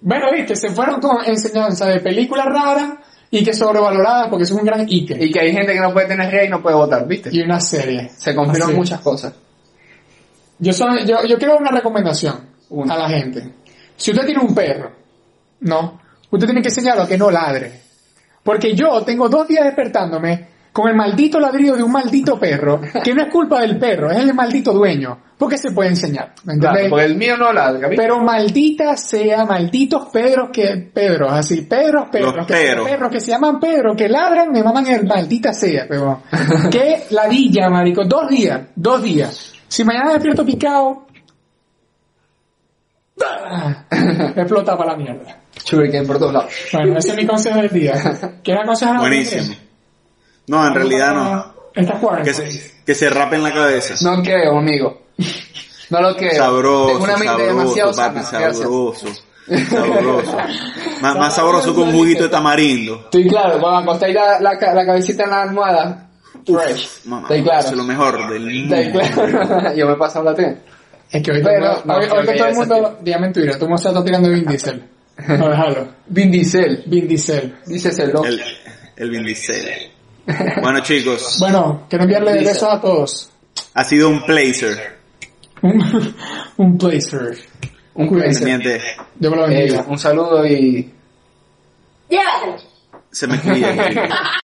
Speaker 1: Bueno, viste, se fueron con enseñanza de películas raras y que sobrevaloradas porque son un gran ítem.
Speaker 3: Y que hay gente que no puede tener rey y no puede votar, ¿viste?
Speaker 1: Y una serie.
Speaker 3: Se confirman
Speaker 1: Así.
Speaker 3: muchas cosas.
Speaker 1: Yo, solo- yo, yo quiero una recomendación
Speaker 3: Una.
Speaker 1: a la gente. Si usted tiene un perro, ¿no? Usted tiene que enseñarlo a que no ladre. Porque yo tengo dos días despertándome con el maldito ladrido de un maldito perro, que no es culpa del perro, es el maldito dueño. Porque se puede enseñar, ¿me
Speaker 3: Claro,
Speaker 1: entendéis?
Speaker 3: porque el mío no ladra, ¿viste?
Speaker 1: Pero maldita sea, malditos Pedros que Pedros, así, Pedros, Pedros,
Speaker 2: Los
Speaker 1: que son
Speaker 2: Pedros.
Speaker 1: perros que se llaman Pedro, que ladran, me maman el maldita sea, pero qué ladilla, marico, dos días, dos días. Si mañana me despierto picado, ¡ah! explota para la mierda.
Speaker 3: Shuriken por todos lados.
Speaker 1: Bueno, ese es mi consejo del día. ¿Quieres
Speaker 3: Ah,
Speaker 1: aconsejar a alguien?
Speaker 2: Buenísimo. No, en realidad no.
Speaker 1: Estás cuarenta.
Speaker 2: Que se, que se rapen la cabeza.
Speaker 3: No creo, amigo. No lo creo.
Speaker 2: Sabroso,
Speaker 3: Tengo una mente
Speaker 2: sabroso,
Speaker 3: demasiado sana.
Speaker 2: papi,
Speaker 3: gracias.
Speaker 2: sabroso. Sabroso. Más, más sabroso que un juguito de tamarindo.
Speaker 3: Estoy claro, cuando acostáis la, la, ca- la cabecita en la almohada, fresh.
Speaker 2: Mamá,
Speaker 3: Estoy
Speaker 2: eso es lo
Speaker 3: claro.
Speaker 2: mejor del mundo.
Speaker 3: Estoy claro. Yo me paso la tele.
Speaker 1: Es que hoy,
Speaker 3: Pero,
Speaker 1: todo-
Speaker 3: no,
Speaker 1: hoy-
Speaker 3: creo
Speaker 1: hoy que
Speaker 3: que
Speaker 1: todo el
Speaker 3: ya
Speaker 1: mundo, día mentira, todo el mundo se está tirando Vin Diesel. No, déjalo.
Speaker 3: Vin Diesel.
Speaker 1: Vin Diesel.
Speaker 3: Dice Celo.
Speaker 2: El, el Vin Diesel. Bueno chicos,
Speaker 1: Bueno, quiero enviarle
Speaker 3: Diesel.
Speaker 1: besos a todos.
Speaker 2: ha sido un placer.
Speaker 1: un, un placer.
Speaker 3: Un
Speaker 1: Cuídense.
Speaker 3: placer.
Speaker 2: Miente,
Speaker 1: Dios me lo
Speaker 3: Ey,
Speaker 1: bendiga.
Speaker 3: un saludo Eh, y
Speaker 4: Llévatelo.
Speaker 2: se me cuida. chicos.